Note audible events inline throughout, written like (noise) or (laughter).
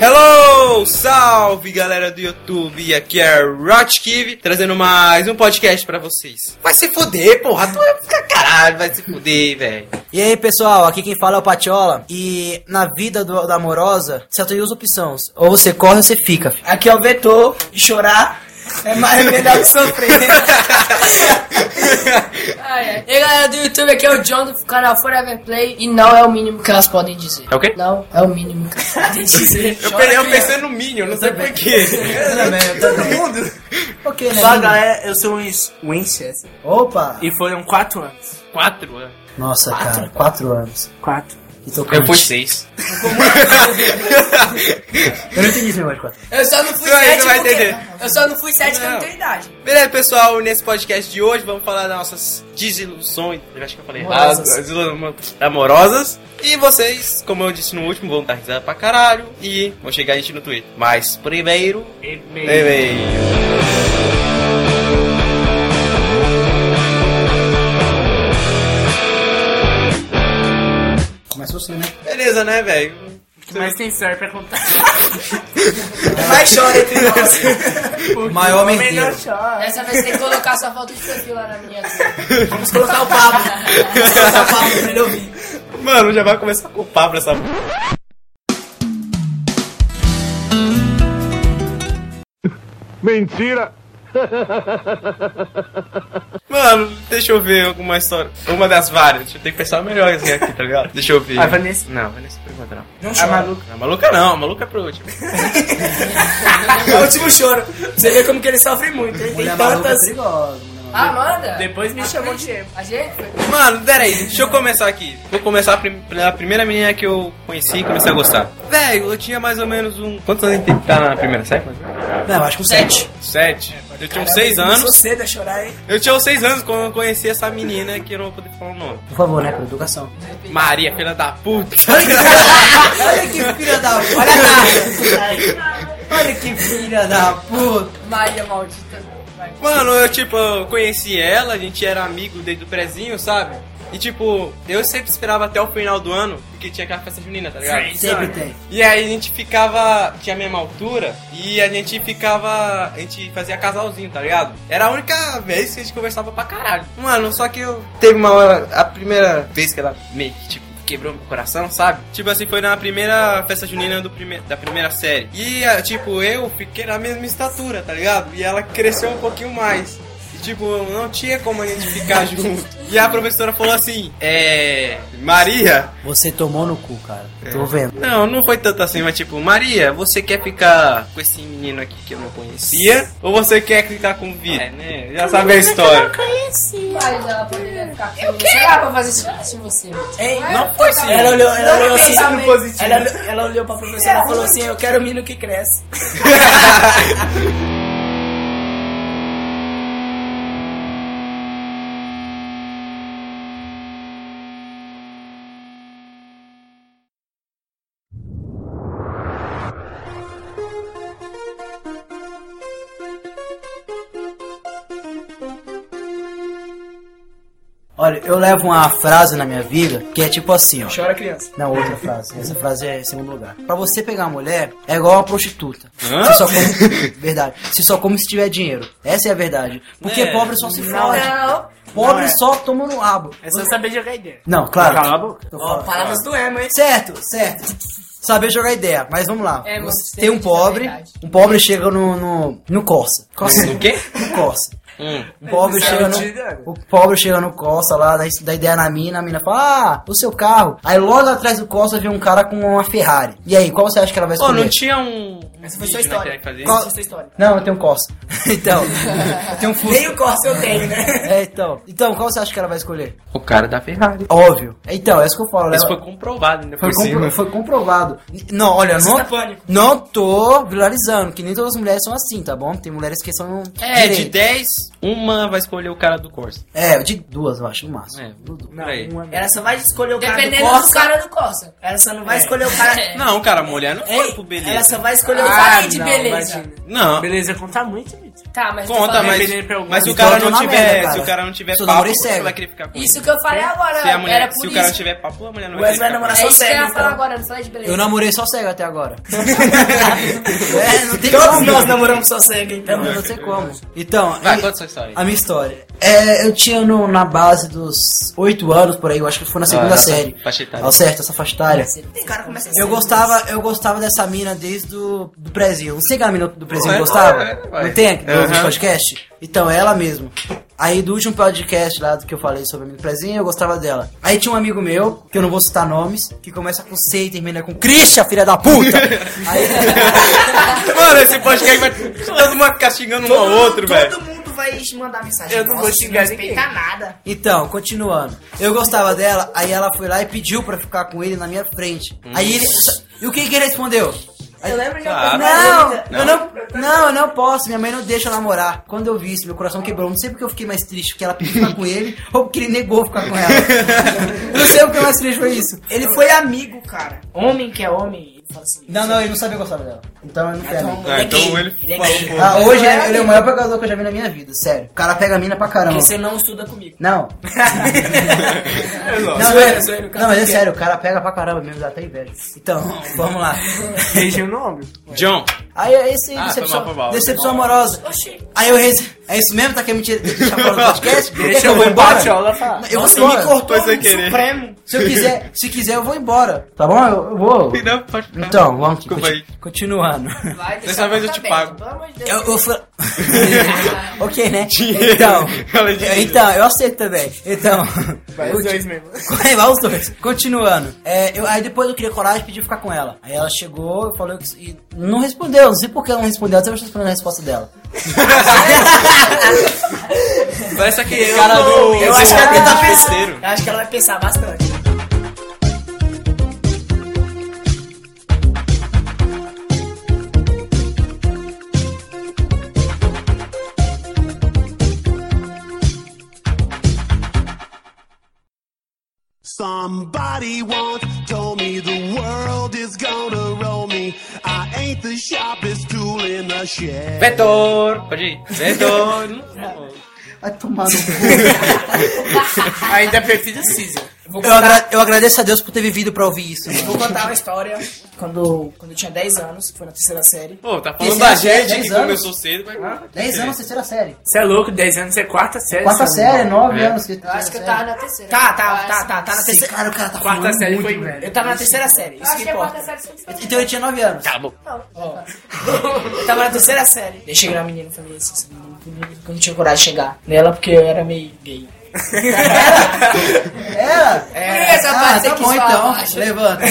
Hello! Salve galera do YouTube! Aqui é Rotkiv trazendo mais um podcast pra vocês. Vai se fuder, porra! Tu vai ficar caralho, vai se fuder, velho. E aí, pessoal, aqui quem fala é o Patiola. E na vida do- da amorosa, você só tem duas opções. Ou você corre ou você fica. Aqui é o vetor, chorar é mais (laughs) melhor que sofrer. Ah, é. E aí, galera do YouTube, aqui é o John do canal Forever Play e não é o mínimo que elas podem dizer. É o quê? Não, é o mínimo que elas podem dizer. Eu, pe- eu pensei no Minion, não sei porquê. (laughs) Todo mundo. Ok, né? Fala galera, eu sou o Wins- um é Winchester Opa! e foram 4 anos. Quatro anos. Nossa, cara, quatro anos. 4. Que tocante. Eu fui seis. Eu não entendi esse negócio de quatro anos. Eu só não fui Isso aí, sete tu vai porque- entender. Eu só não fui sete porque eu Não. não tenho idade. Beleza, pessoal, nesse podcast de hoje vamos falar das nossas desilusões. Eu acho que eu falei errado. Amorosas. As desilusões Amorosas. E vocês, como eu disse no último, vão dar risada pra caralho e vão chegar a gente no Twitter. Mas primeiro, É É, e-mail. Começou assim, né? Beleza, né, velho? Mas tem história pra contar. É Vai chorar entre nós. Maior merdeiro. Melhor chora. Dessa vez tem que colocar sua foto de perfil lá na minha. Vamos colocar o Pablo. Vamos colocar o Pablo (laughs) pra ele ouvir. Mano, já vai começar a culpar pra essa. Mentira! Mano, deixa eu ver alguma história. Uma das várias. Deixa eu ter que pensar melhor assim aqui, tá ligado? Deixa eu ver. A Vanessa. Não, Vanessa não pergunta não. A maluca. A maluca não, a maluca é pro último. É o último choro. Você vê como que ele sofre muito. Ele Mulher tem maluca é tantas. perigosa. mulher maluca. Ah, manda! Depois me chamou de emo. A gente foi. Mano, peraí, deixa eu começar aqui. Vou começar prim- pela primeira menina que eu conheci e comecei a gostar. Velho, eu tinha mais ou menos um. Quantos anos tem que tá na primeira série? Não, acho que um sete. Sete. Eu tinha uns seis Sou anos. cedo a chorar, hein? Eu tinha uns seis anos quando eu conheci essa menina que eu não vou poder falar o nome. Por favor, né? Por educação. Maria, filha da (laughs) puta. Olha que filha da puta. Olha a cara. Olha que filha da puta. Maria maldita. Vai. Mano, eu tipo, eu conheci ela, a gente era amigo desde o prezinho, sabe? E tipo, eu sempre esperava até o final do ano, porque tinha aquela festa junina, tá ligado? Sempre tem. E aí a gente ficava, tinha a mesma altura, e a gente ficava, a gente fazia casalzinho, tá ligado? Era a única vez que a gente conversava pra caralho. Mano, só que eu teve uma hora, a primeira vez que ela meio que tipo quebrou meu coração, sabe? Tipo assim, foi na primeira festa junina do prime da primeira série. E ah, tipo, eu fiquei na mesma estatura, tá ligado? E ela cresceu um pouquinho mais. E, Tipo, não tinha como a gente ficar (laughs) junto. E a professora falou assim: É. Maria, Você tomou no cu, cara. É. Tô vendo. não, não foi tanto assim, mas tipo, Maria, você quer ficar com esse menino aqui que eu não conhecia? Ou você quer ficar com o Vitor? É, né? Já sabe a história. Mas ela poderia ficar com Eu Será pra fazer isso se você? Ei, Não foi sim. Ela olhou, ela olhou assim. pensa no positivo. Ela, olhou- ela olhou pra professora e falou assim: Eu quero o menino que cresce. Olha, eu levo uma frase na minha vida que é tipo assim, ó. Chora, criança. Não, outra frase. Essa frase é em segundo lugar. Pra você pegar uma mulher, é igual uma prostituta. Hã? Se só come... (laughs) Verdade. Se só come se tiver dinheiro. Essa é a verdade. Porque É. pobre só se fode. Não. Pobre Não é. só toma no rabo. É só saber jogar ideia. Não, claro. Cala a boca. Tô falando. Palavras do emo, hein? Certo, certo. Saber jogar ideia, mas vamos lá. É, Você você tem um diz a pobre, verdade. um pobre chega no. no, no Corsa. Corsa. No quê? No Corsa. Hum. O pobre, Ele é chega saiu de né? ideia. no, o pobre chega no Costa lá, dá, dá ideia na mina, a mina fala, ah, o seu carro. Aí logo atrás do Costa vem um cara com uma Ferrari. E aí, qual você acha que ela vai Oh, escolher? não tinha um. Essa foi sua vídeo, né, história. que fazia isso? Qual- Essa é a história. Não, eu tenho um Costa. (laughs) (laughs) então, eu tenho um Nem Fusca. o Corsa eu tenho, né? É, então. Então, qual você acha que ela vai escolher? O cara da Ferrari. Óbvio. Então, é isso que eu falo. Isso ela- foi comprovado ainda Foi, por compro- cima. foi comprovado. Não, olha, Isso não, é pânico. não tô vilarizando, que nem todas as mulheres são assim, tá bom? Tem mulheres que são. É, de direito. 10, uma vai escolher o cara do Corsa. É, de duas, eu acho, no máximo. É, Não, peraí. uma mesmo. Ela só vai escolher Tá o cara Dependendo do do Corsa. cara do Costa. Ela só não vai escolher o cara. É. Não, cara, mulher não Ei, foi pro beleza. ela só vai escolher o Ah, cara de não, beleza. imagina. Não. Beleza conta muito, menino. muito. Tá, mas. eu tô Conta, falando- mas, dependendo pra algum- mas se o Então cara eu tô não na tiver, merda, cara. se o cara não tiver Sou papo, namoro você cego. vai querer ficar com Isso que eu falei agora. É. Se, a mulher- era por se o isso. cara não tiver papo, a mulher não O vai Wesley vai querer namorar ficar É só isso que eu cego, ia falar então. agora, não falei de beleza. Eu namorei só cego (laughs) até agora. (laughs) é, não tem Todos como. nós namoramos só cego, Eu então. não sei como. Então, com ela. Vai, e- conta sua história. a minha história. É, eu tinha no- na base dos 8 anos por aí, eu acho que foi na segunda essa série. faixa etária. Ao certo, essa faixa etária. Tem cara que começa a Eu gostava, eu gostava dessa mina desde do, do Prezinho. Não sei que é a mina do Prezinho Vai, gostava. vai, vai. Não tem aqui do Aham. podcast? Então, é ela mesmo. Aí do último podcast lá do que eu falei sobre a mina do Prezinho, eu gostava dela. Aí tinha um amigo meu, que eu não vou citar nomes, que começa com C e termina com Christian, filha da puta! Aí- (laughs) Mano, esse podcast vai todo mundo vai ficar xingando um ao outro, velho. Todo mundo vai mandar mensagem. Eu não Nossa, vou xingar não respeita nada. Então, continuando. Eu gostava dela, aí ela foi lá e pediu pra ficar com ele na minha frente. Aí ele. E o que que ele respondeu? Aí- Eu lembro de uma Claro. Não, coisa. eu não, não, eu não posso. Minha mãe não deixa eu namorar. Quando eu vi isso, meu coração quebrou. Não sei porque eu fiquei mais triste, porque ela pediu ficar com ele (laughs) ou porque ele negou ficar com ela. Eu não sei o que mais triste foi isso. Ele foi amigo, cara. Homem que é homem, ele fala assim. Não, não, ele não sabia gostar dela. Então eu não quero. Então, Ah, então gay. ele- é gay. Ah, hoje ele, ele é o maior pegador que eu já vi na minha vida, sério. O cara pega a mina pra caramba. Porque você não estuda comigo. Não, É Não, Zoeira, zoeira, zoeira, o cara não, mas é quer. sério, o cara pega pra caramba mesmo, dá até inveja. Então, vamos lá. Beijo no ombro. John, Aí é isso aí, Ah, decepção, foi mal, foi mal. decepção amorosa. Oxi. Aí eu rei. É isso mesmo? Tá querendo me tirar- deixar fora do podcast? Quer que Deixa eu vou ver embora? embora, ela fala. Eu vou Você me embora. cortou Foi sem no querer. Supremo. Se eu quiser, se quiser eu vou embora. Tá bom? Eu, eu vou. (laughs) não, pode ficar. Então, vamos Desculpa aí. conti- continuando. Vai, deixa Dessa vez eu boca te aberta, pago. Pelo amor de Deus. Eu, eu fui... ok, né? Então, Ela disse- então, eu aceito também. Então, Vai os dois mesmo. (laughs) Vai vai os dois. Continuando. É, eu- aí depois eu queria coragem e pedi ficar com ela. Aí ela chegou, falou que. E não respondeu. Não sei por que ela não respondeu. Até hoje eu tô esperando a resposta dela. Parece que eu Cara, tô- eu sou acho é que um pouco ela tá terceiro. Eu acho que ela vai pensar bastante. Somebody once told me the world is gonna roll me. I ain't the sharpest tool in the shed. Vetor, pode ir. Vetor. Vai tomar (laughs) no cu. Ainda prefiro o Caesar. Vou Eu, agra- eu agradeço a Deus por ter vivido pra ouvir isso. mano. Vou contar uma história quando, quando eu tinha 10 anos, que foi na terceira série. Pô, tá falando Esse da é gente dez que anos. Ah, começou cedo, mas... 10 anos, terceira série. Você é louco, 10 anos, você é quarta série. Quarta sabe? série, 9 É. anos. Que Eu acho que eu tava na terceira. Tá, Eu tá, acho- tá, tá, tá na terceira. Cara, o cara tá Quarta falando série muito, foi velho. Eu tava na terceira série, Eu isso que acho que é a quarta importa. série foi diferente. Então eu tinha 9 anos. Acabou. Não. Eu tava na Tá terceira série. Daí cheguei na menina e falei assim, essa menina é bonita, que eu não tinha coragem de chegar nela porque eu era meio (laughs) gay. Era? É, essa parte tá aqui bom só então. abaixa. Levanta.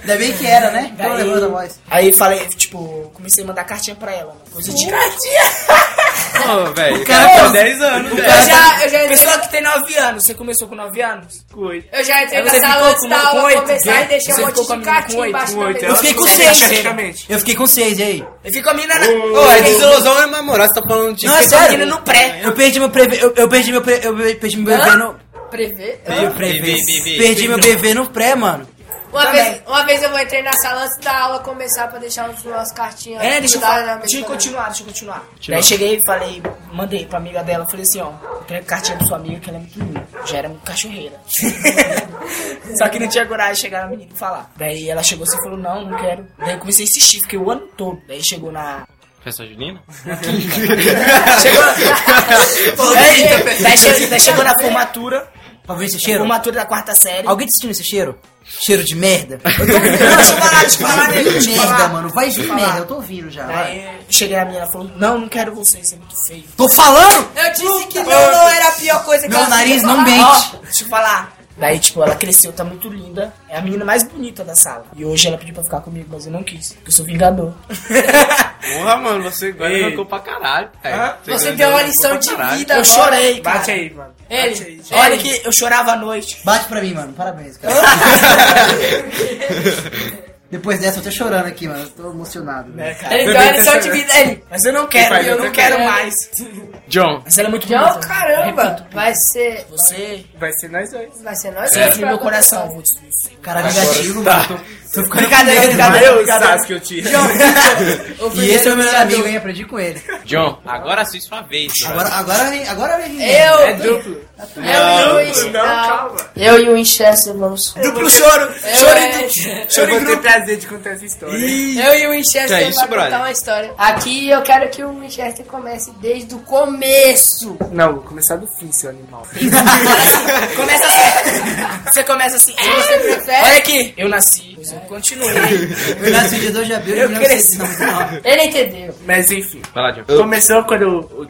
Ainda bem que era, né? Então Daí- levanta a voz. Aí falei, tipo, comecei a mandar cartinha pra ela, né? coisa de... Ô, velho, o cara cara tá tá- 10 anos, Eu velho. já, eu já Pessoa que tem 9 anos, você começou com 9 anos? Eu já entrei Você na sala ficou antes com da uma- com aula oito, começar né? e deixei Você um monte ficou com a de menina com cartinha oito, embaixo com da oito, mesa. ela Eu fiquei fiquei com ficou seis. praticamente. Eu fiquei com 6 e aí? Eu fico com a menina na... Ô, a desilusão é namorar, você tá falando de... Não, é Eu fico com a menina sério. no pré. Eu perdi meu preve... eu, eu perdi meu pre... eu perdi meu Hã? bebê no... Prevê? Tá Perdi, o pré, Bi, perdi, bi, bi, bi. meu bebê no pré, mano. Uma Também. vez, uma vez eu entrei na sala antes da aula começar pra deixar os umas cartinhas. É, deixa eu grudadas na falar. mesa Deixa eu também. continuar, deixa eu continuar. Daí cheguei e falei, mandei pra amiga dela, falei assim, ó, eu quero cartinha da sua amiga, que ela é muito linda. Já era muito cachorreira. (laughs) Só que não tinha coragem de chegar na menina e falar. Daí ela chegou assim e falou, não, não quero. Daí eu comecei a insistir, fiquei o ano todo. Daí chegou na. Festa junina? (laughs) Chegou daí, daí che- daí chegou na formatura. Pra ver esse cheiro? Formatura da quarta série. Alguém tá sentindo esse cheiro? Cheiro de merda. Eu tô Não, deixa eu falar, deixa eu falar, né? ouvindo Deixa eu merda, falar. mano. Vai de Deixa eu merda, falar. eu tô ouvindo já. vai. Daí cheguei na menina, ela falou, não, não quero você, você é muito feio. Tô falando! Eu disse que não, não era a pior coisa que Meu ela podia nariz não falar. mente. Ó, deixa eu falar. Daí, tipo, ela cresceu, tá muito linda. É a menina mais bonita da sala. E hoje ela pediu pra ficar comigo, mas eu não quis, porque eu sou vingador. Porra, mano, você agora Ei. arrancou pra caralho. velho. Você ganhou, deu uma arrancou lição pra de caralho. vida Eu agora. chorei, cara. Bate aí, mano. Bate aí. Ele, Olha ele. que eu chorava à (laughs) noite. Bate pra mim, mano. Parabéns, cara. Depois dessa, eu tô chorando aqui, mano. Eu Tô emocionado. velho. É, cara. Ele deu a lição de vida ali. Mas eu não quero, Vai, eu vai, não vai. quero mais. John. Mas ela é muito João, bonita. caramba! Vai ser. Você Vai ser nós dois. Vai ser nós. você dois afirma pra meu coração, acontecer. vou te Cara, negativo, tá. mano. Tô, tô ficando Brincadeira, com medo, mano. brincadeira. Sabe que eu te... (laughs) E esse é o meu amigo, hein? Aprendi com ele. John, agora sim sua vez. brother. Agora, agora vem, agora vem. Eu! É duplo. Eu e o Luiz. não, É não. calma. Eu e o Winchester vamos. É. Duplo choro. Choro em duplo. Eu vou ter prazer de contar essa história. Eu e o Winchester Que é isso, vai brother? contar uma história. Aqui eu quero que o Winchester comece desde o começo. Não, vou começar do fim, seu animal. Começa assim. Você começa assim. Você prefere? Olha aqui. Eu nasci, mas eu continuo. (laughs) Eu nasci dia 2 de abril de Eu 1900, cresci. não, não. Ele entendeu. Mas enfim. Vai lá, John. Começou (laughs) quando eu.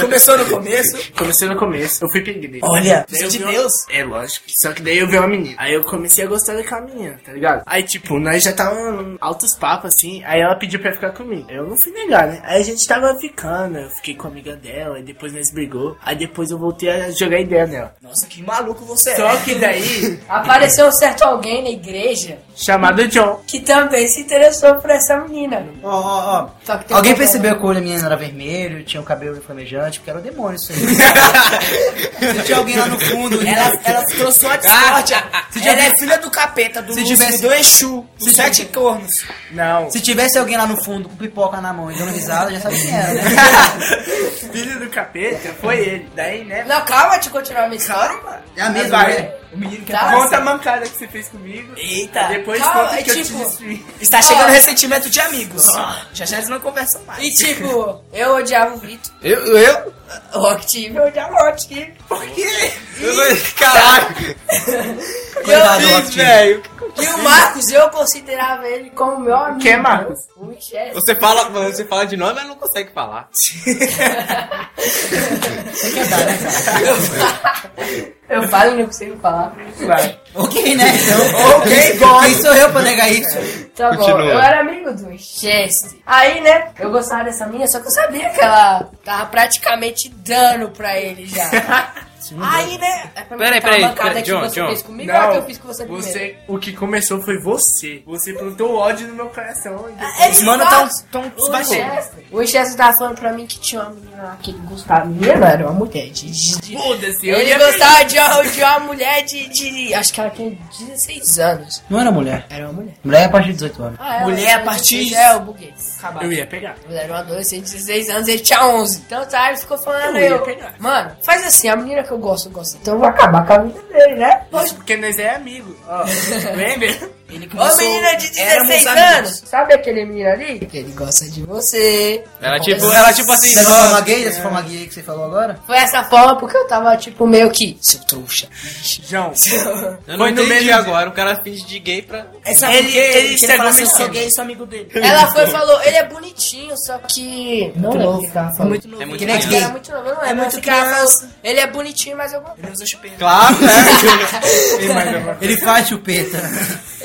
Começou no começo. Começou no começo. Eu fui pigmei. Olha, Precisa de Deus. É lógico. Só que daí eu vi uma menina. Aí eu comecei a gostar daquela menina, tá ligado? Aí, tipo, nós já tava num altos papos, assim. Aí ela pediu pra ficar comigo. Eu não fui negar, né? Aí a gente tava ficando. Eu fiquei com a amiga dela. E depois nós brigou. Aí depois eu voltei a jogar ideia nela. Nossa, que maluco você é. Só que daí, Apareceu um certo alguém na igreja chamado John. que também se interessou por essa menina. ó, ó, ó. Só que tem Alguém um problema. percebeu que o olho da menina era vermelho, tinha o cabelo flamejante, porque era o demônio isso aí. (laughs) Se tinha alguém lá no fundo, Ah, Ela, ela trouxe uma Ah! discórdia. ela é filha do capeta, do Se Lúcifer, tivesse- do Exu, dos Se sete cornos. assim. Não. se tivesse alguém lá no fundo com pipoca na mão e dando risada, já sabia quem era, né? Filho do capeta foi ele. Daí, né? Não, calma, te continuar a missão. Calma, É a mesma, Vai. né? O menino que Tá. Conta a mancada que você fez comigo. Eita. Depois Calma, conta é que eu tipo- te destruí. Ah. Está chegando Ó. ressentimento de amigos. Já já eles não conversam mais. E tipo, eu odiava o Vitor. Eu? Eu? O Octave, eu odiava o Octave. Por quê? eu não- Tá, Caralho. Cuidado, eu fiz, Octave. velho. E o Marcos, eu considerava ele como meu amigo. Quem é Marcos? O Winchester. Você fala, você fala de nós, mas não consegue falar. Eu falo e não consigo falar. Vai. Ok, né? Então, Ok, Quem sou eu pra negar isso? Tá Continua. bom, eu era amigo do Winchester. Aí, né, eu gostava dessa menina, só que eu sabia que ela tava praticamente dando pra ele (laughs) já. Aí, né, é pra mim Peraí, ficar peraí, a bancada peraí, que John, você John. fez comigo ou é que eu fiz com você primeiro? você o que começou foi você. Você plantou ódio no meu coração. e depois- Eles Os mano tá falam- tão, um- tão O se baixando. Winchester- O Winchester tava falando pra mim que né? tinha uma menina lá que ele gostava. Menina não, era uma mulher de... de- de- Foda-se, eu Ele ia gostava de uma, de uma mulher de, de... Acho que ela tinha 16 anos. Não era mulher. Era uma mulher. Mulher é a partir de 18 anos. Ah, é, Mulher ela- a partir de- É, eu buguei. pegar. Eu ia pegar. Ele era um adolescente de 16 anos, ele tinha 11. Então tá, ele ficou falando aí, eu, mano, faz assim, a menina que eu gosto, eu gosto. Então eu vou acabar com a vida dele, né? Isso porque nós é amigo. Ó, lembra? Ele Ô começou... um menina de éramos 16 amigos. anos, sabe aquele menino ali? Que ele gosta de você. Ela Foi tipo, essa- ela tipo assim, Dessa ó, forma gay, dessa forma gay que você falou agora? Foi essa forma porque eu tava tipo meio que, seu trouxa. João. eu não Foi no entendi mesmo agora, o cara finge de gay pra... É, sabe Ele- por quê? ele Ele, queria falar assim, estragou eu meu sou esquema. gay, sou amigo dele. Ela foi e falou, ele é bonitinho, só que... Não é o que tava falando. Muito novo. É muito Que nem gay. Ele era muito novo, eu não é, muito mas o cara falou, criança. ele é bonitinho, mas eu gosto. Ele usa chupeta. Claro, né? Ele faz chupeta.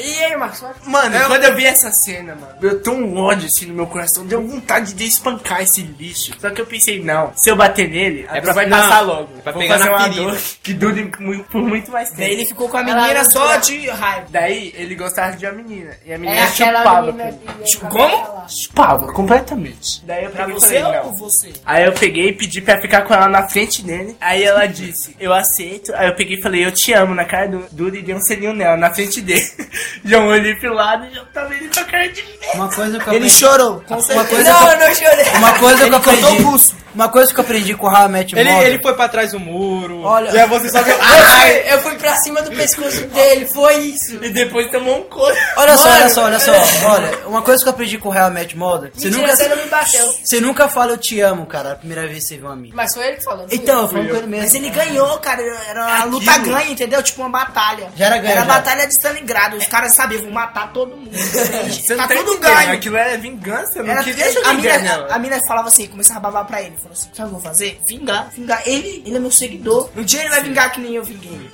E aí, Marcos, Mano, quando eu vi essa cena, mano, eu tô um ódio assim no meu coração. Deu vontade de espancar esse lixo. Só que eu pensei, não, se eu bater nele, a É é pra- vai não, passar logo. é pra Vou pegar fazer na uma ferida. dor que (laughs) dure mu- por muito mais tempo. Daí ele ficou com a Ela menina não só gosta. de raiva. Daí ele gostava de uma menina. E a menina é aquela chupava. menina comigo. que... Tipo, como? Chupava completamente. Daí eu Pra peguei e você falei, ou não. você? Aí eu peguei e pedi pra ficar com ela na frente dele. Aí ela disse, eu aceito. Aí eu peguei e falei, eu te amo, na cara do dura e dei um selinho nela, na frente dele. (laughs) Já olhei pro lado e já tava ele com a cara de merda. Uma coisa que eu Ele aprendi. chorou, com Uma certeza. coisa, Não, eu não chorei. uma coisa que eu cortou aprendi. o pulso. Uma coisa que eu aprendi com o How I Met Your Ele, Mother. ele foi pra trás do muro. Olha- E aí você só viu... Eu Ai! fui, eu fui pra cima do pescoço dele, foi isso. E depois tomou um couro. Olha só, Mano, olha só, olha só. (laughs) Olha, uma coisa que eu aprendi com o Real Match Modern. Você Mentira, nunca, você não me bateu. você nunca fala eu te amo, cara, a primeira vez que você viu um amigo. Mas foi ele que falou. não foi Então, eu. eu falo com ele mesmo. Mas ele ganhou, cara. Era uma luta ganha, entendeu? Tipo uma batalha. Já era ganho, Era a já. batalha de Stalingrado. Os caras sabiam, vão matar todo mundo. (laughs) Você não tá tá tudo É, entendendo, né? ganho. Aquilo é era vingança, eu não Era- queria jogar a, vingança mina, nela. a mina falava assim, começava a babar pra ele. Falou assim: sabe o que eu vou fazer? Vingar, vingar. Ele, ele é meu seguidor. Um dia ele vai vingar que nem eu vinguei.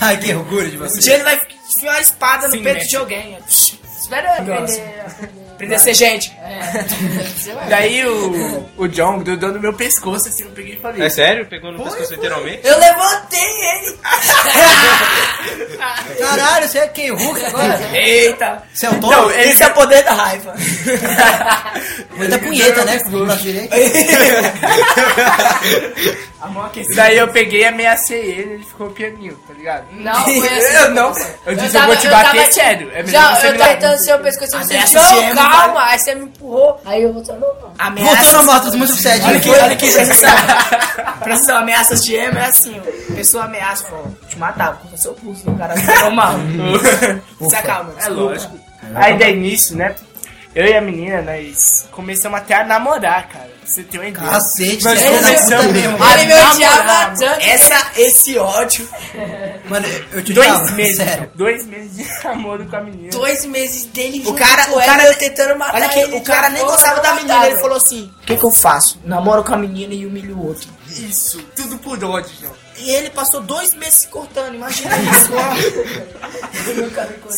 Ai, que orgulho de Um você. né? dia ele vai enfiar a espada no peito de alguém. é- Espera eu aprender. aprender. Prender gente. Daí o, o John grudou no meu pescoço, assim, eu peguei e falei. É sério? Pegou no pescoço literalmente? Eu levantei ele. Caralho, você é quem? O Hulk agora? Eita! Você é o Thor? Não, ele tá-" Esse é o poder da raiva. Muita punheta, né? Com o braço direito. A mão aquecida. Daí eu peguei e ameacei ele, ele ficou pianinho, tá ligado? Não, (laughs) foi assim. Eu não. Eu disse, eu, vou te bater, sério. É melhor já, você eu me tava largar. dando seu pescoço e você Ameaça disse, não, mesmo, calma. Aí você me empurrou. Aí eu voltei, não, não. Ameaça. Voltando a moto dos muito sede. Olha aqui, olha aqui, presta atenção. Presta atenção, ameaças de emo é assim, ó. Pessoa ameaça, fala, te matava, corta seu pulso, o cara (laughs) tá mal. Se acalma, É desculpa. lógico. (laughs) Aí daí nisso, né? Eu e a menina, nós começamos até a namorar, cara. Pra você ter uma ideia. Cacete, Nós você é da puta começamos. mesmo. Aí me Namorar, odiava tanto. Essa, esse ódio. Mano, eu te Dois falo, meses. sério. Dois meses de (laughs) namoro com a menina. Dois meses dele O cara- com o ela, cara- eu é tentando matar Olha aqui, ele. o cara nem gostava da menina, ele falou assim, o que que eu faço? Namoro com a menina e humilho o outro. Isso, tudo por ódio, João. E ele passou dois meses se cortando, imagina isso.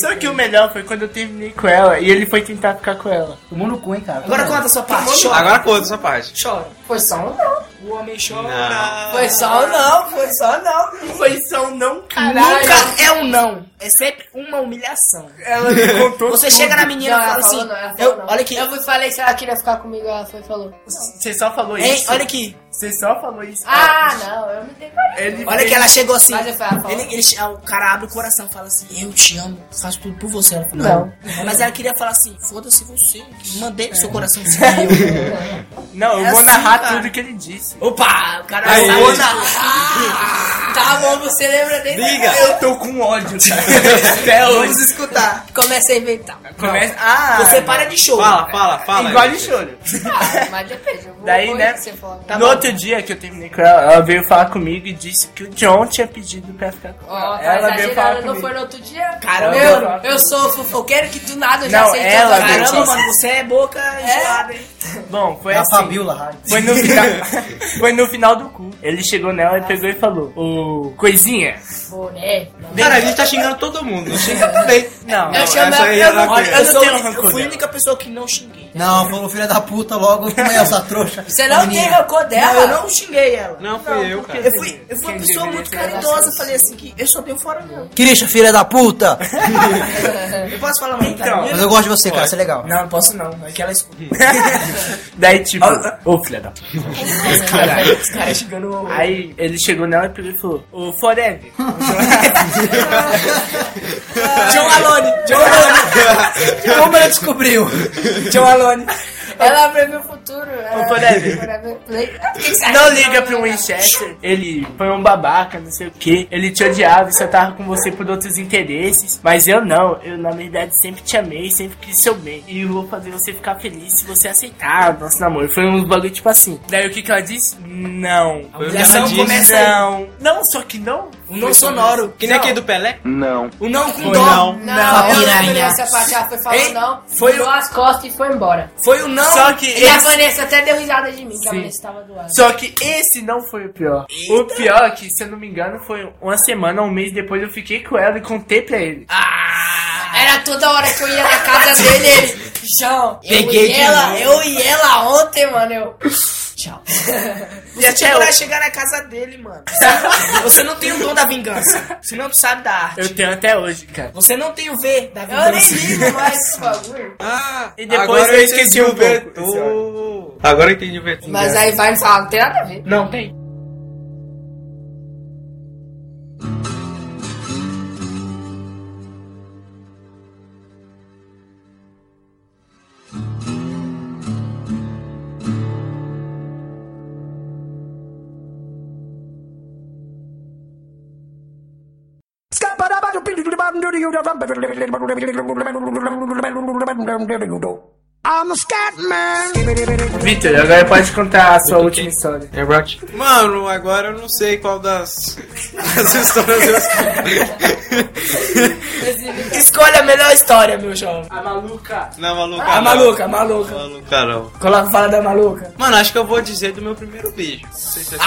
Só que o melhor foi quando eu terminei com ela e ele foi tentar ficar com ela. Tomou no cu, hein, cara. (laughs) Agora conta a sua parte, chora. Agora conta essa parte. Chora. Foi só um não. O homem Não. chora. Foi só um não, foi só um não. Foi só um não, Caralho. É Nunca é um não. É sempre uma humilhação. Ela me contou. Você chega na menina um Não, e fala ela falou assim. não, ela falou eu, não. olha aqui. Eu fui, falei se ela queria ficar comigo, ela foi e falou. Você só falou Hein, isso. olha aqui. Você só falou isso. Ah, não, eu não tenho coragem. Ele Olha que ela chegou assim. Mas é eu falei, ela falou. Ele, ele, ah, o cara abre o coração e fala assim: Eu te amo, faço tudo por você. Ela falou, Não. Mas ela queria falar assim: Foda-se você, mandei pro seu coração se eu. Não, eu É vou assim, narrar cara. tudo que ele disse. Opa, o cara Aí. saiu na- Tá bom, você lembra dele? Liga! Eu tô com ódio, (laughs) cara. Até Vamos hoje. escutar. Começa a inventar. Começa. Ah! Você para de Fala, chorar. fala, fala. Igual de choro. Ah, mas depende. Eu vou, Daí, vou né? Você falar. tá no outro dia que eu terminei com ela, ela veio falar comigo e disse que o John tinha pedido pra ficar com Ó, tá ela veio falar exagerando, não comigo. foi no outro dia? Caramba. Eu, eu sou fofoqueiro que do nada eu já Não, sei ela todas as veio Caramba, notícias. mano, você é boca enjoada, hein? Bom, foi É a assim. Fabiola, Raio. Foi no final. (laughs) foi no final do cu. Ele chegou nela e pegou e falou: Ô, coisinha. Boné. Cara, a gente tá xingando todo mundo. Não xinga também. Não. Não, Eu chamo essa ela aí pra é da Olha, coisa. eu, Eu não sou tenho- eu rancor fui a dela. única pessoa que não xinguei. Não, falou filha da puta logo. Como é essa trouxa? Você não tem Menina. rancor dela? Não, eu não xinguei ela. Não, fui eu, cara. Eu fui, eu fui uma pessoa Quem deveria muito ser caridosa, falei assim que eu só tenho fora não. Christian, filha da (laughs) puta. Eu posso falar mais, Então. cara? Mas eu gosto de você, cara. Você é legal. Não, não posso não. É que ela escuta. (laughs) Daí, tipo, ô filha da. p-". Os é caras xingando o... Aí ele chegou nela e pegou e falou: Ô, Forever. John Alone! John Alone! Como ela descobriu? John Alone. Ela vê meu futuro. é, Ela... Forever. Forever. Play. Ah, por que que você acha Não que liga pro é. vai Winchester. Ele foi um babaca, não sei o que. Ele te odiava e só tava com você por outros interesses. Mas eu não. Eu, na verdade, sempre te amei, sempre quis seu bem. E eu vou fazer você ficar feliz se você aceitar o nosso namoro. Foi um bagulho tipo assim. Daí o que que ela disse? Não. A humilhação Ela disse começa aí. Não. Não, só que não. O não sonoro. Que nem Não. aquele do Pelé. O não com Foi dó. não. Não, não, eu não piranha. essa parte. Ela foi falando Ei, não, foi virou o- as costas e foi embora. Foi o não. Só que E a esse, Vanessa até deu risada de mim, que a Sim. Vanessa tava do lado. só que esse não foi o pior. O pior é que, se eu não me engano, foi uma semana, um mês depois eu fiquei com ela e contei pra ele. Era toda hora que eu ia na (laughs) casa dele, ele. João, eu Peguei e de ela, novo." eu e ela ontem, mano. Eu. Tchau. Você tinha que chegar na casa dele, mano. Você- Você não tem o dom da vingança. Você não sabe da arte. Eu tenho até hoje, cara. Você não tem o V da Eu nem vingança. ligo mais esse bagulho. Ah, E depois agora eu esqueci um o pouco. vetor. Agora eu entendi o É. vetor. Mas aí vai me falar, não tem nada a ver. Não tem. I'm a scat man. Vitor, agora pode contar a sua última história. É rock. Mano, agora eu não sei qual das. (laughs) das histórias eu. Escolha a melhor história, meu jovem. A maluca. não, Ah, maluca. A não. maluca, a maluca. Maluca não. Coloca fala da maluca. Mano, acho que eu vou dizer do meu primeiro beijo. Não sei se é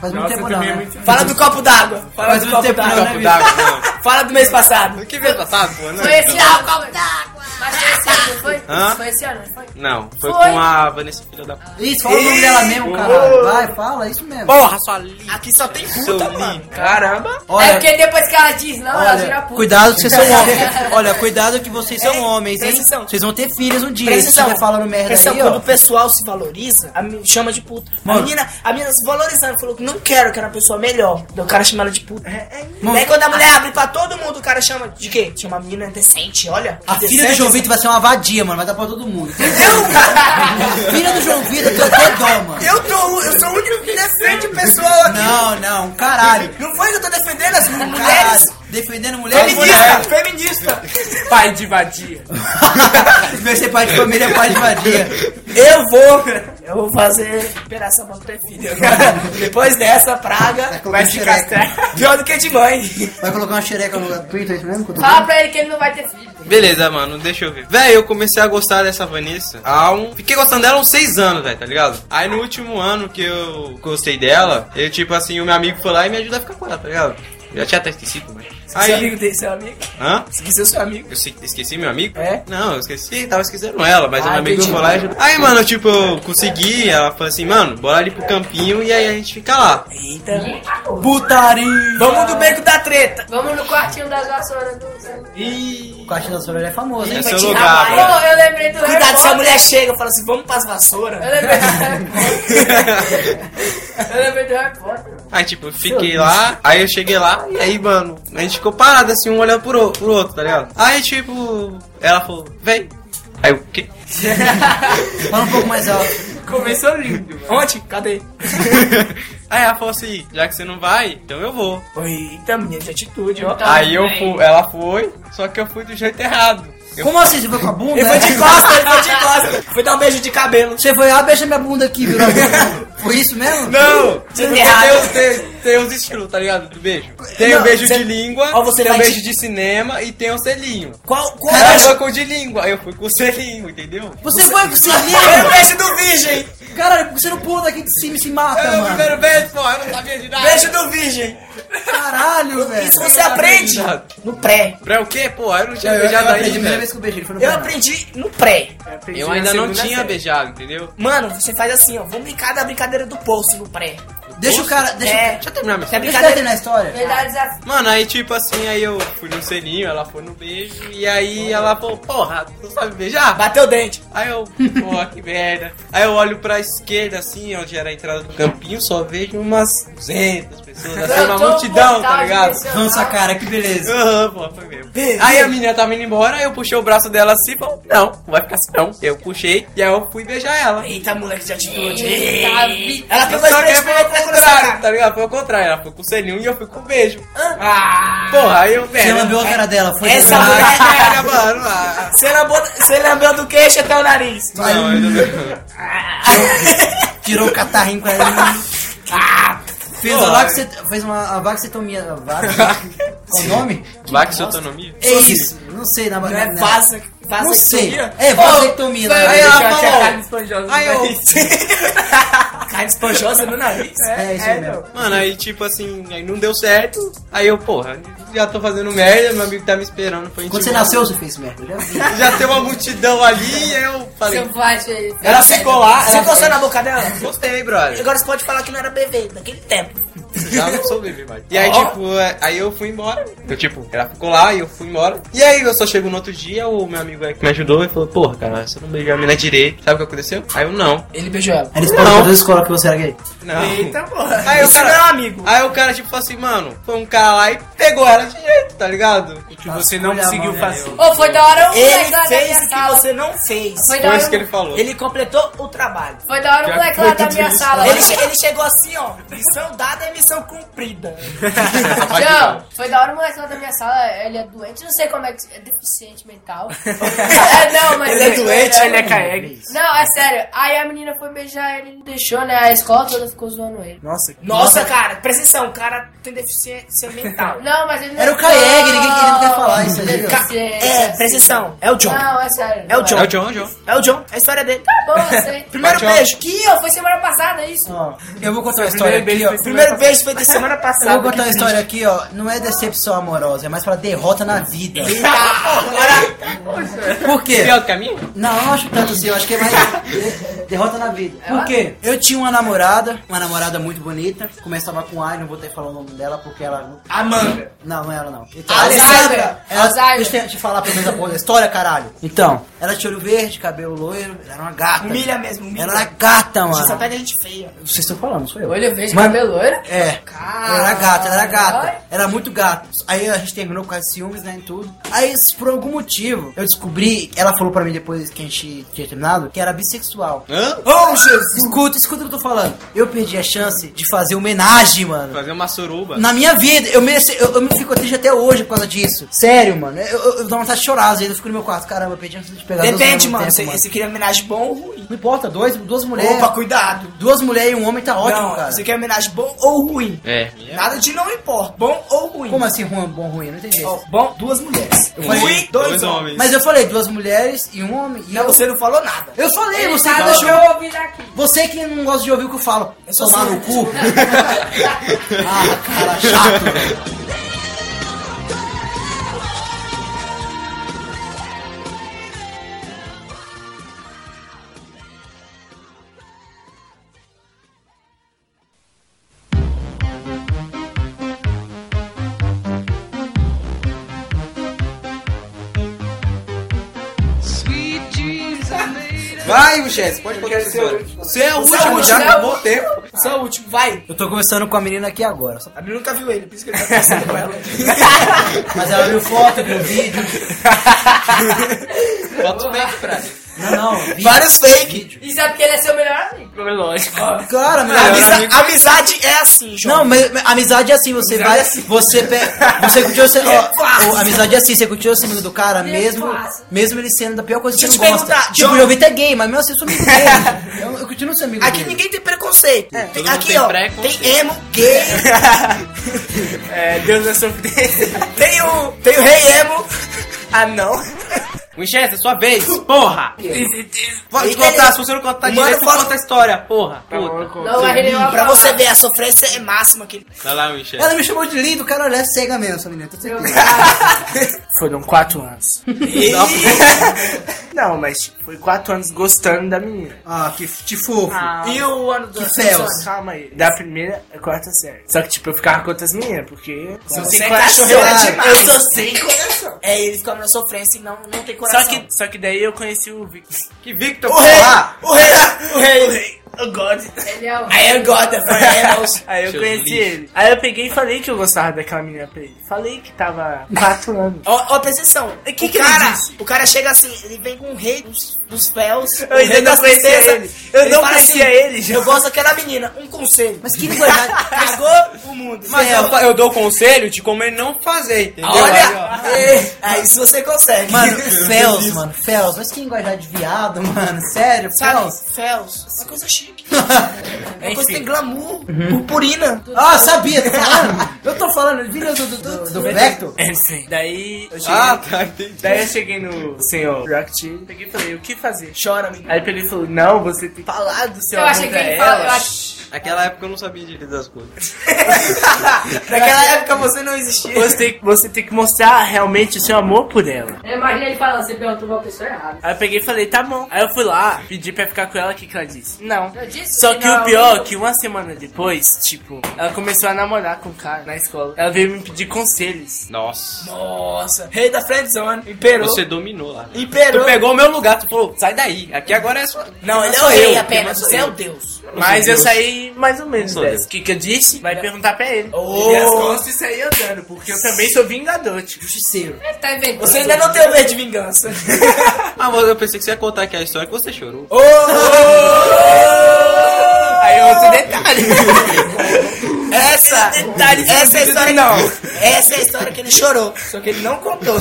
Faz muito tempo não, Ah. né? Fala do copo d'água. Fala Faz do muito copo tempo não, d'água. né, Copo d'água, não. tá, Fala do mês passado. Que vem passado, pô, Foi esse álcool d'água. Mas foi esse não foi? Hã? Isso foi esse ano, não foi? Não, foi, Foi. com a Vanessa Filho da Puta. Isso, fala o nome dela mesmo, caralho. Vai, fala, é isso mesmo. Porra, sua linda. Aqui só tem Seu puta, mano. lindo. Caramba. é porque depois que ela diz não, ela vira Olha, puta. cuidado que vocês (laughs) são homens. Olha, cuidado que vocês são Ei, homens, hein? presta atenção. Vocês vão ter filhos um dia. Se Presta você atenção. falando merda Presta aí, atenção, ó. quando o pessoal se valoriza, a me chama de puta. Mano. A menina, a menina se valorizando, falou que não quero, quero uma pessoa melhor. Daí o cara chama ela de puta. É, é. Mano. Daí quando a mulher abre pra todo mundo, o cara chama de quê? Chama a menina decente, olha. A que filha do decente João essa Vitor vai ser uma vadia, mano. Vai dar pra todo mundo. A filha do João Vitor, eu tô até dó, mano. Eu tô, eu sou o único que defende o pessoal aqui. Não, não, caralho. Não foi que eu tô defendendo as mulheres. Caralho. Defendendo mulher. Feminista, feminista. Pai de vadia. (laughs) Vai ser pai de família, pai de vadia. Eu vou, (laughs) eu vou fazer operação pra não ter filho. (laughs) Depois dessa praga, colocar vai um ficar xereca. pior do que de mãe. Vai colocar uma xereca no Twitter, é isso mesmo? que eu tô Fala vendo? pra ele que ele não vai ter filho. Beleza, mano, deixa eu ver. Véi, eu comecei a gostar dessa Vanessa há um. Fiquei gostando dela há uns seis anos, velho, tá ligado? Aí no último ano que eu gostei dela, eu, tipo assim, o meu amigo foi lá e me ajudou a ficar com ela, tá ligado? Eu já tinha até esquecido, mas. Seu Aí. amigo tem seu amigo. Hã? Esqueceu seu amigo. Eu se- esqueci meu amigo? É? Não, eu esqueci, tava esquecendo ela, mas Ah, o meu amigo entendi. foi lá e ajudou. Aí, mano, tipo, eu consegui, ela falou assim, mano, bora ali pro campinho e aí a gente fica lá. Eita. Putaria. Vamos do beco da treta. Vamos no quartinho das vassouras do. Pô, E. O quartinho da Soraya é famoso, hein? Esse é o tirar lugar, mais. velho. Ah, eu lembrei do. Harry Cuidado, se a Potter. mulher chega e fala assim, vamos pras Eu vassoura. lembrei do (laughs) Harry Potter. Eu lembrei do Harry Potter. Aí, tipo, eu fiquei lá, aí eu cheguei lá, e aí, mano, a gente ficou parado assim, um olhando pro, pro outro, tá ligado? Aí, tipo, ela falou, vem. Aí eu, o quê? Fala um pouco mais alto. Começou lindo. Onde? Cadê? aí ela falou assim, já que você não vai, então eu vou. Eita, menina de atitude, Então, ó. aí eu fui, ela foi, só que eu fui do jeito errado. Eu, Como assim? Você foi com a bunda? Ele foi né? de costa, ele foi de costa. Foi dar um beijo de cabelo. Você foi, ah, beija minha bunda aqui, virou a bunda. Foi isso mesmo? não! De tem, errado. os- tem, tem os estilos, tá ligado? Do beijo. Tem o Não, beijo você- de língua, Ó, você tem o vai beijo de- de... cinema e tem o selinho. Qual, qual Ela beijo? foi com o de língua, eu fui com o selinho, entendeu? é? Você, foi com o (laughs) Foi o cinema? beijo do virgem. Caralho, por que você não pula daqui de cima e se mata, Era o mano? primeiro beijo, pô, eu não sabia de nada. Beijo do virgem. Caralho, velho. Isso você aprende no pré. Pra o quê, pô? Eu não tinha Eu, eu, beijado aprendi ainda. a né? primeira vez que eu beijei, ele foi no Eu banheiro. aprendi no pré. Eu ainda não tinha beijado, entendeu? Mano, você faz assim, ó. Vamos brincar da brincadeira do poço no pré. Deixa o cara... Deixa, É. Deixa eu terminar minha Você é história. deixa o cara brincadeira. terminar a história. Verdade, desafio. Mano, aí tipo assim, aí eu fui no selinho, ela foi no beijo, e aí ela falou, porra, tu não sabe beijar? Bateu o dente. Aí eu, (laughs) porra, que merda. Aí eu olho pra esquerda, assim, onde era a entrada do campinho, só vejo umas 200 pessoas, assim, uma Plantou multidão, vontade tá ligado? de Rança, cara, que beleza. Aham, pô, foi mesmo. Aí a menina tava indo embora, eu puxei o braço dela assim e falou, não, não vai ficar assim não. Eu puxei, e aí eu fui beijar ela. Eita, moleque de atitude. Eita, vida. Ela Só pegou que a aí experiência foi ao pra contrário, tá ligado? Foi ao contrário. Ela foi com o selinho e eu fui com o beijo. Ah, Porra, aí eu, Você velho. lambeu a cara dela, foi É. Essa do caralho. mulher- Ah, mano, ah. você lambeu, você lambeu do queixo até o nariz. Não, ainda bem. Tirou o catarrinho com ela. Fez Olá. a vaxet... Fez uma a vaxetomia... A vax... Qual o nome? Vaxotonomia? É isso. Não sei. Na, Não na- é na- fácil. Não sei. Vasectomia? É, vasectomia. na Aí verdade. ela Deixa eu achar a carne falou. Aí eu. (laughs) Carne esponjosa no nariz. É, isso mesmo. Mano, aí tipo assim, aí não deu certo. Aí eu, porra, já tô fazendo merda, meu amigo tá me esperando. Foi Quando você intimado. nasceu, você fez merda. Já vi. Já tem uma multidão ali, e eu falei. Selvagem aí. Ela ficou lá, Você ela encostou na boca dela? né? Gostei, brother. Agora você pode falar que não era bebê naquele tempo. Já não sou bebê mais. E aí, Ó. tipo, é, aí eu fui embora. Eu, tipo, ela ficou lá e eu fui embora. E aí eu só chego no outro dia, o meu amigo aí que me ajudou e falou, porra, cara, você não beijou a mina direito. Sabe o que aconteceu? Aí eu não. Ele beijou ela. Eles Não. podem fazer escola que você era gay. Não. Eita porra. Aí o Isso cara- não é um amigo. Aí o cara, tipo, falou assim, mano, foi um cara lá e pegou ela de jeito, tá ligado? Que você não conseguiu fazer. Ô, foi da hora um moleque Ele lá da fez minha o que sala. você não fez. Foi da Foi isso que hora ele falou. Ele completou o trabalho. foi da hora um moleque lá da minha sala. Ele, che- ele chegou assim, ó. Missão dada é missão cumprida. Não, foi da hora o moleque lá da minha sala, ele é doente, não sei como é que. É (laughs) deficiente mental. é, não, mas. Ele é doente, ele é Caegue. Não, é sério. Aí a menina foi beijar ele, ele deixou, né? A escola toda ficou zoando ele. Nossa, Nossa, cara, presta atenção, o cara tem deficiência mental. Não, mas ele não é Era o Caeg, ninguém queria nunca falar isso aí, ó. Deficiência. É, presta atenção, é o John. Não, é sério. É o John. É o John, John. É o John, é a história dele. Bom, eu sei. Primeiro Vai, John. beijo. Que ó, foi semana passada é isso. Ó, eu vou contar uma história aqui, ó. Primeiro beijo foi da (laughs) semana Eu passada. vou contar uma história aqui, ó. Não é decepção amorosa, é mais pra derrota na vida. Tá, agora- Por Por quê? é Pior do caminho? Não, eu não acho tanto assim, eu acho que é mais derrota na É vida. Por quê? Eu tinha uma namorada, uma namorada muito bonita, começava com A, e não vou ter que falar o nome dela porque ela. Amanda. Não, não é ela não. Então, Alessandra! Ela, Alzheimer. deixa eu te falar pelo menos a porra da história, caralho. Então, ela tinha olho verde, cabelo loiro, ela era uma gata. Humilha mesmo, humilha. Ela é era gata, Você só mano. pega gente feia. Vocês estão falando, não sou eu. Olho verde, Mano- cabelo loiro. É. Ela era gata, ela era gata. Era muito gata. Aí a gente terminou por causa de ciúmes, né, e tudo. Aí, se por algum motivo, eu descobri... Ela falou pra mim depois que a gente tinha terminado que era bissexual. Hã? Oh, Jesus! Escuta, escuta o que eu tô falando. Eu perdi a chance de fazer homenagem, mano. Fazer uma suruba. Na minha vida, eu me, eu, eu me fico triste até hoje por causa disso. Sério, mano. Eu, eu, eu dou vontade de chorar, às vezes eu fico no meu quarto. Caramba, eu perdi a chance de pegar duas mulheres Depende, ao mano. mesmo Você, tá tempo, você queria é homenagem bom ou ruim? Não importa, dois, duas mulheres. Opa, cuidado. Duas mulheres e um homem tá ótimo, não, cara. você quer homenagem bom ou ruim? É. Nada de não importa. Bom ou ruim? Como assim, ruim, bom, ruim? Eu Não entendi. Ó, bom, duas mulheres. falei- Ruim, dois, dois homens. homens. Mas eu falei duas mulheres e um homem. E Não, eu, você não falou nada. eu falei, você que tá deixou. deixa eu ouvir aqui. Você que não gosta de ouvir o que eu falo. Eu sou Tomar no cu. ah, cara, chato, velho. Vai, Michel, pode colocar o seu. Você é o último, já último. acabou o tempo. Só o último, vai. Eu tô conversando com a menina aqui agora. só- A menina nunca viu ele, por isso que ele tá conversando com ela. (laughs) Mas ela viu foto, viu vídeo. Bota o tempo pra Não, não. Vídeo. Vários fake. E sabe que ele é seu melhor amigo? Lógico. Cara, É, tá Ah, mas. eu- amigo. amizade é assim, João. Não, mas, mas amizade é assim, você vai. Você pe... Você curtiu (laughs) seu. ó, fácil. É ó, amizade é assim, você curtiu seu amigo do cara, mesmo, fácil. mesmo ele sendo da pior coisa que Deixa você eu não te gosta. perguntar, Tipo, John- eu vi até gay, mas meu assim, eu sou amigo (laughs) dele. Eu, eu continuo sendo amigo Aqui dele. ninguém tem preconceito. Tem- mundo aqui, tem ó, preconceito. tem emo, gay. (laughs) é, Deus é surpresa. tem o, tem o rei emo. Ah, não. Michel, é sua vez, (laughs) porra! Pode contar, se você não contar Mano, direito, fala- conta a história, porra! tá Puta. Não, vai render uma Pra palavra. você ver, a sofrência é máxima que Vai lá, Michel. Ela me chamou de lindo, cara, ela é cega mesmo, essa menina, tô certeza. Foram quatro anos. (laughs) Não, mas tipo, foi quatro anos gostando da menina. Ah, que, que fofo. E o ano do Que céus. (laughs) Calma aí. Da primeira à quarta série. Só que, tipo, eu ficava com outras meninas, porque... Você é coração, cachorro é demais. Eu sou sem coração. É, eles comem na sofrência e não, não tem coração. Só que, só que daí eu conheci o Victor. Que Victor, O rei, porra! o rei, o rei, o rei. O God. Ele é o. I am God of animals. Aí eu Seus conheci lixo. ele. Aí eu peguei e falei que eu gostava daquela menina pra ele. Falei que tava quatro anos. Ó, ó, presta atenção. O, que ele cara, disse? o cara chega assim, ele vem com o rei dos, dos véus. um Eu ainda não conhecia ele. Eu não conhecia ele, já. assim, Eu gosto daquela menina. Um conselho. Mas que (laughs) linguagem. Cagou o mundo. Mas Céu. eu, eu dou o conselho de como ele não fazer, entendeu? Olha! é, Ei, Aí se você (laughs) consegue. Mano, Fels, mano, Fels, mas que linguagem de viado, mano, sério, Sabe? Fels. Fels. Uma coisa chique. Uma coisa que tem glamour. Purpurina. Ah, sabia, tô falando. Eu tô falando, vira do, do, do, do Vector. Enfim, daí eu cheguei, Ah, tá, entendi. daí eu cheguei no senhor Rocket, peguei e falei, o que fazer? Chora, menino. Aí ele pegou e falou, não, você tem que falar do seu Eu achei amor que pra ele fala. Eu ela. acho... Naquela época eu não sabia direito das coisas. Naquela época você não existia. Você tem, você tem que mostrar realmente o seu amor por ela. Eu imagino É, ele falando, você perguntou pra pessoa errada. Aí eu peguei e falei, tá bom. Aí eu fui lá, pedi pra ficar com ela, o que, que ela disse? Não. Eu disse Só que não. o pior é que uma semana depois, tipo, ela começou a namorar com um cara na escola. Ela veio me pedir conselhos. Nossa. Nossa. Rei da friendzone. Imperou. Você dominou lá. Tu Imperou. pegou o meu lugar, tu falou, sai daí, aqui agora é sua. Não, ele é sou o rei eu, apenas. sou Você é eu. o deus. Mas eu Deus. saí mais ou menos Meu Deus. dessa. O que, que eu disse? Vai perguntar pra ele. Oh. E as costas e saí andando, porque eu também sou vingador, tipo. Justiceiro. Ele tá inventando. Você ainda não tem o verde de vingança. Ah, mas eu pensei que você ia contar aqui a história que você chorou. Oh! Aí é outro detalhe. Essa, essa é a história não. Essa é a história que ele chorou, só que ele não contou.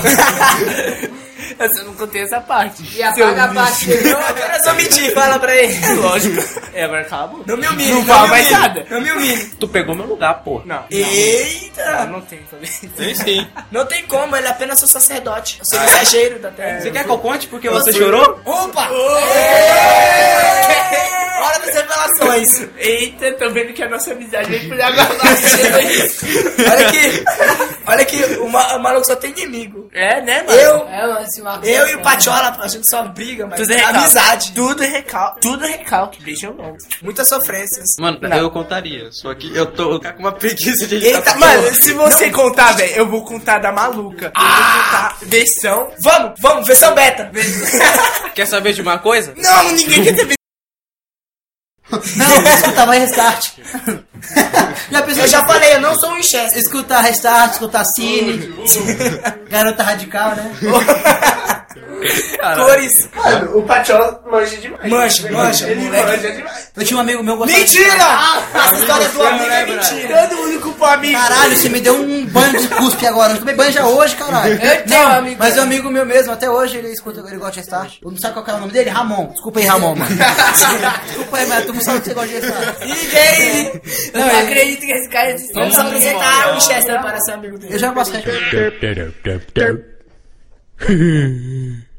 Eu só não contei essa parte. E apaga a parte dele. Eu apenas omiti, fala pra ele. Lógico. É, agora cala a boca. Não me humilhe, Não não, fala me mais humilhe, nada. Não me humilhe. Tu pegou meu lugar, porra. Não. Não, Eita! não tem, falei. Sim, sim. Não tem como, ele é apenas seu sacerdote. Eu sou um mensageiro da Ah, terra. Você quer que eu conte porque você chorou? É. Opa! Hora de você falar gravações. (laughs) Eita, tô vendo que a nossa amizade (laughs) vem por água abaixo. Olha aqui, olha aqui, o, ma- o maluco só tem inimigo. É, né, mano? Eu, É, mano, esse Marcos eu é e o foda. Patiola, a gente só briga, mas Tudo é recalque. amizade, Tudo recalque. Tudo é recalque. Beijo eu não. muitas sofrências. Mano, Não. eu contaria, só que eu tô com uma preguiça de editar Eita, essa mano, porra. se você contar, velho, eu vou contar da maluca. Eu vou contar versão. Vamos, vamos, versão beta. Quer saber de uma coisa? (laughs) Não, ninguém (laughs) quer saber. Não, escutava restart. (laughs) já pensou, tá Eu já falei, eu não sou um Chester. Escutar restart, escutar cine. (laughs) Garota radical, né? Cores, Mano, o Patiola manja demais. mancha, mancha. moleque. demais. Eu tinha um amigo meu que gostava de- Mentira! Essa história do amigo é mentira. Todo mundo culpa amigo. Caralho, você me deu um banho de cuspe agora. Eu não tomei banho já hoje, caralho. Eu tenho um amigo. Mas é um amigo meu mesmo, até hoje ele escuta, ele gosta de restart. Eu não sabe qual que é o nome dele? Ramon. Desculpa aí, Ramon, (laughs) mano. Desculpa aí, mas tu não sabe que você gosta de restart. Ninguém. Eu não acredito que esse cara é existe. Vamos Não, apresentar o Chester para ser amigo dele. Eu já posso responder. Derp, derp, derp, derp.